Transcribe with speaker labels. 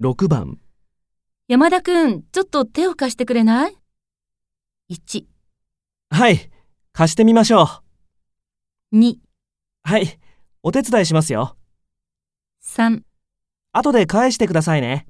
Speaker 1: 6番、
Speaker 2: 山田くん、ちょっと手を貸してくれない ?1、
Speaker 1: はい、貸してみましょう。
Speaker 2: 2、
Speaker 1: はい、お手伝いしますよ。
Speaker 2: 3
Speaker 1: 後で返してくださいね。